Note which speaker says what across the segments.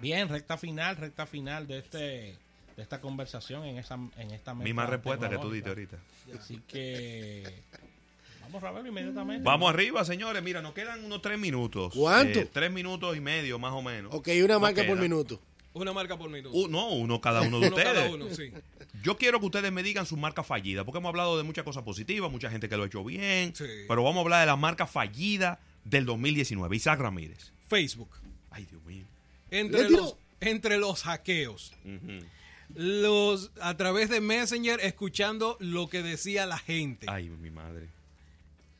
Speaker 1: Bien, recta final, recta final de este de esta conversación en esa en esta mesa
Speaker 2: Misma respuesta que tú diste
Speaker 1: tecnológica.
Speaker 2: ahorita.
Speaker 1: Así que vamos a verlo inmediatamente.
Speaker 2: Vamos arriba, señores. Mira, nos quedan unos tres minutos.
Speaker 3: ¿Cuánto?
Speaker 2: Eh, tres minutos y medio, más o menos.
Speaker 3: Ok, una
Speaker 2: Nos
Speaker 3: marca por
Speaker 2: queda.
Speaker 3: minuto.
Speaker 4: Una marca por minuto.
Speaker 2: Uh, no, uno cada uno de
Speaker 4: Uno
Speaker 2: ustedes.
Speaker 4: cada uno, sí.
Speaker 2: Yo quiero que ustedes me digan sus marcas fallidas, porque hemos hablado de muchas cosas positivas, mucha gente que lo ha hecho bien,
Speaker 4: Sí.
Speaker 2: pero vamos a hablar de las marcas fallidas del 2019. Isaac Ramírez.
Speaker 4: Facebook.
Speaker 2: Ay, Dios mío.
Speaker 3: Le
Speaker 4: Entre
Speaker 3: tiró.
Speaker 4: los, entre los hackeos. Los a través de Messenger escuchando lo que decía la gente.
Speaker 2: Ay, mi madre.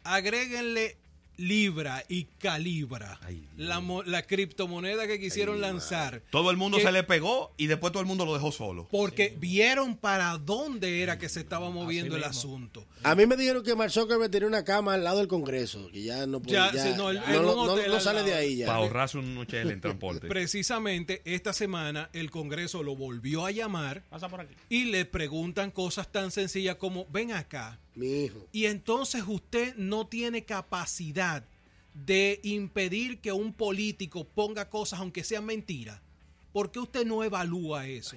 Speaker 4: Agréguenle Libra y Calibra.
Speaker 2: Ay, Dios.
Speaker 4: la, mo- la criptomoneda que quisieron lanzar.
Speaker 2: Todo el mundo
Speaker 4: Que-
Speaker 2: se le pegó y después todo el mundo lo dejó solo.
Speaker 4: Porque vieron para dónde era que se estaba moviendo el
Speaker 1: mismo.
Speaker 4: asunto.
Speaker 3: A mí me dijeron que Mark Zuckerberg tenía una cama al lado del Congreso, que ya no puede,
Speaker 4: Ya,
Speaker 3: ya-
Speaker 4: sí, no,
Speaker 3: no,
Speaker 4: el-
Speaker 3: no-
Speaker 4: en un
Speaker 3: no-
Speaker 4: hotel
Speaker 3: no
Speaker 4: al
Speaker 3: sale de
Speaker 4: lado.
Speaker 3: ahí ya.
Speaker 2: Para ahorrarse un chel en transporte.
Speaker 4: Precisamente esta semana el Congreso lo volvió a llamar
Speaker 1: Pasa por aquí.
Speaker 4: y le preguntan cosas tan sencillas como, ven acá,
Speaker 3: Mi hijo.
Speaker 4: y entonces usted no tiene capacidad de impedir que un político ponga cosas aunque sean mentiras. ¿Por qué usted no evalúa eso?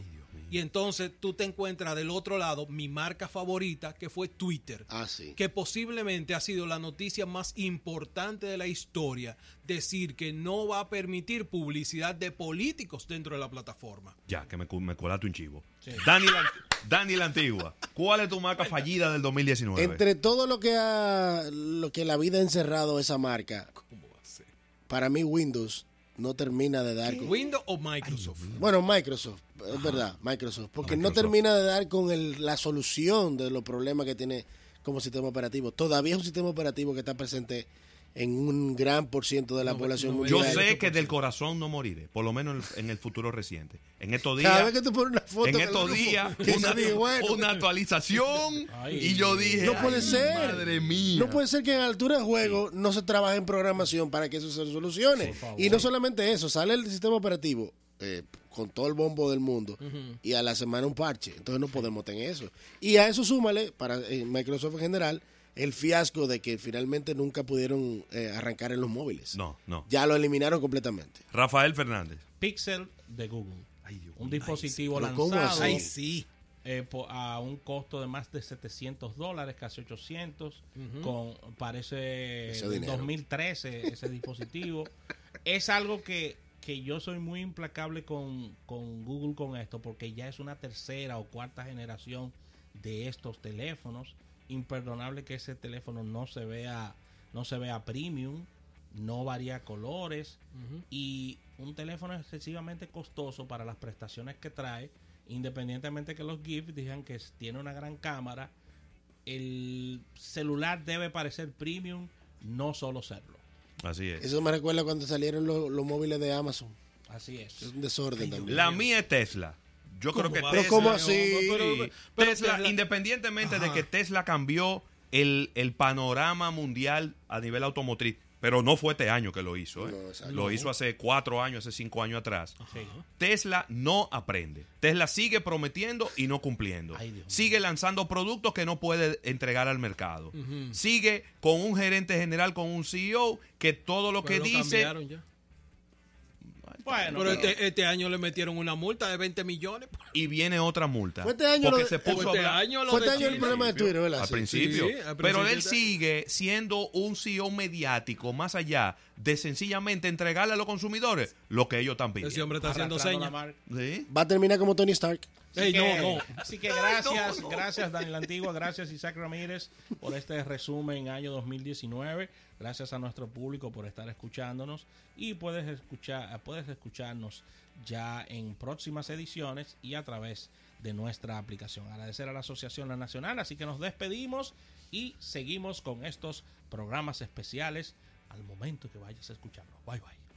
Speaker 4: y entonces tú te encuentras del otro lado mi marca favorita, que fue Twitter
Speaker 3: Ah, sí.
Speaker 4: que posiblemente ha sido la noticia más importante de la historia, decir que no va a permitir publicidad de políticos dentro de la plataforma.
Speaker 2: Ya, que me, cu- me colaste un chivo. Dani, la, Dani la Antigua, ¿cuál es tu marca fallida del 2019?
Speaker 3: Entre todo lo que ha, lo que la vida ha encerrado esa marca, para mí Windows no termina de dar con,
Speaker 4: Windows o Microsoft.
Speaker 3: bueno Microsoft, es verdad, Microsoft,
Speaker 4: Ah,
Speaker 3: porque
Speaker 2: Microsoft.
Speaker 3: no termina de dar con el- la solución de los problemas que tiene como sistema operativo. Todavía es un sistema operativo que está presente en un gran por ciento de la
Speaker 4: No,
Speaker 3: población
Speaker 4: no,
Speaker 2: Yo
Speaker 3: mundial.
Speaker 2: sé que del corazón no moriré, por lo menos en el, en el futuro reciente. En estos
Speaker 3: Cada
Speaker 2: días,
Speaker 3: vez que tú pones una foto
Speaker 2: en
Speaker 3: del
Speaker 2: estos
Speaker 3: grupo,
Speaker 2: días,
Speaker 3: que
Speaker 2: una,
Speaker 3: yo digo, bueno,
Speaker 2: una actualización
Speaker 1: Ay.
Speaker 2: y yo dije,
Speaker 3: No puede
Speaker 2: "Ay,
Speaker 3: ser.
Speaker 2: Madre mía.
Speaker 3: No puede ser que en altura de juego no se trabaje en programación para que eso se solucione.
Speaker 1: Por favor.
Speaker 3: Y no solamente eso, sale el sistema operativo eh, con todo el bombo del mundo y a la semana un parche. Entonces no podemos tener eso. Y a eso súmale, para eh, Microsoft en general, el fiasco de que finalmente nunca pudieron eh, arrancar en los móviles.
Speaker 2: No, no.
Speaker 3: Ya lo eliminaron completamente.
Speaker 2: Rafael Fernández.
Speaker 1: Pixel de Google.
Speaker 2: Ay, Dios
Speaker 1: un
Speaker 2: mío.
Speaker 1: dispositivo
Speaker 3: Pero ¿cómo
Speaker 1: lanzado
Speaker 3: así?
Speaker 4: sí.
Speaker 1: eh, po- a un costo de más de 700 dólares, casi 800, con parece
Speaker 3: Ese
Speaker 1: del
Speaker 3: dinero.
Speaker 1: 2013 ese dispositivo. Es algo que, que yo soy muy implacable con, con Google con esto, porque ya es una tercera o cuarta generación de estos teléfonos. Imperdonable que ese teléfono no se vea, no se vea premium, no varía colores y un teléfono excesivamente costoso para las prestaciones que trae, independientemente que los GIFs digan que tiene una gran cámara, el celular debe parecer premium, no solo serlo.
Speaker 2: Así es.
Speaker 3: Eso me recuerda cuando salieron los, los móviles de Amazon.
Speaker 1: Así es.
Speaker 3: Es un desorden también.
Speaker 2: La mía es Tesla. Yo creo que
Speaker 4: va a
Speaker 2: Tesla,
Speaker 3: Pero ¿cómo
Speaker 4: ser?
Speaker 3: así?
Speaker 4: Pero-
Speaker 2: Sí.
Speaker 4: pero- pero
Speaker 2: Tesla,
Speaker 4: Tesla-
Speaker 2: independientemente de
Speaker 4: Ajá.
Speaker 2: que Tesla cambió el, el panorama mundial a nivel automotriz, pero no fue este año que lo hizo. ¿eh?
Speaker 3: No, exacto.
Speaker 2: lo hizo hace cuatro años, hace cinco años atrás.
Speaker 1: Sí.
Speaker 2: Tesla no aprende. Tesla sigue prometiendo y no cumpliendo.
Speaker 1: Ay, Dios mío.
Speaker 2: sigue lanzando productos que no puede entregar al mercado. Sigue con un gerente general, con un CEO que todo lo que
Speaker 4: Pero lo
Speaker 2: dice
Speaker 4: cambiaron ya.
Speaker 1: Bueno,
Speaker 4: Ah, Pero
Speaker 1: pero-
Speaker 4: este, este año le metieron una multa de 20 millones.
Speaker 2: y viene otra multa.
Speaker 3: Fue este año
Speaker 2: porque
Speaker 3: lo de-
Speaker 2: se puso
Speaker 4: Fue este
Speaker 2: a hablar-
Speaker 4: año lo
Speaker 3: Fue
Speaker 4: de
Speaker 3: este año el
Speaker 4: Chile.
Speaker 3: problema de Twitter, ¿verdad?
Speaker 2: Al
Speaker 3: Sí.
Speaker 2: principio.
Speaker 4: Sí, al
Speaker 2: Pero
Speaker 4: principio
Speaker 2: él
Speaker 4: está-
Speaker 2: sigue siendo un CEO mediático más allá de sencillamente entregarle a los consumidores lo que ellos están
Speaker 4: Ese
Speaker 2: pidiendo.
Speaker 4: hombre está haciendo
Speaker 1: arrastrando la
Speaker 4: señas.
Speaker 1: marca.
Speaker 2: ¿Sí?
Speaker 3: Va a terminar como Tony Stark.
Speaker 1: Así,
Speaker 4: Ey,
Speaker 1: que,
Speaker 4: no, no.
Speaker 1: así que gracias, gracias Daniel Antigua, gracias Isaac Ramírez por este resumen año 2019, gracias a nuestro público por estar escuchándonos y puedes escuchar, puedes escucharnos ya en próximas ediciones y a través de nuestra aplicación. Agradecer a la Asociación La Nacional, así que nos despedimos y seguimos con estos programas especiales al momento que vayas a escucharnos. Bye bye.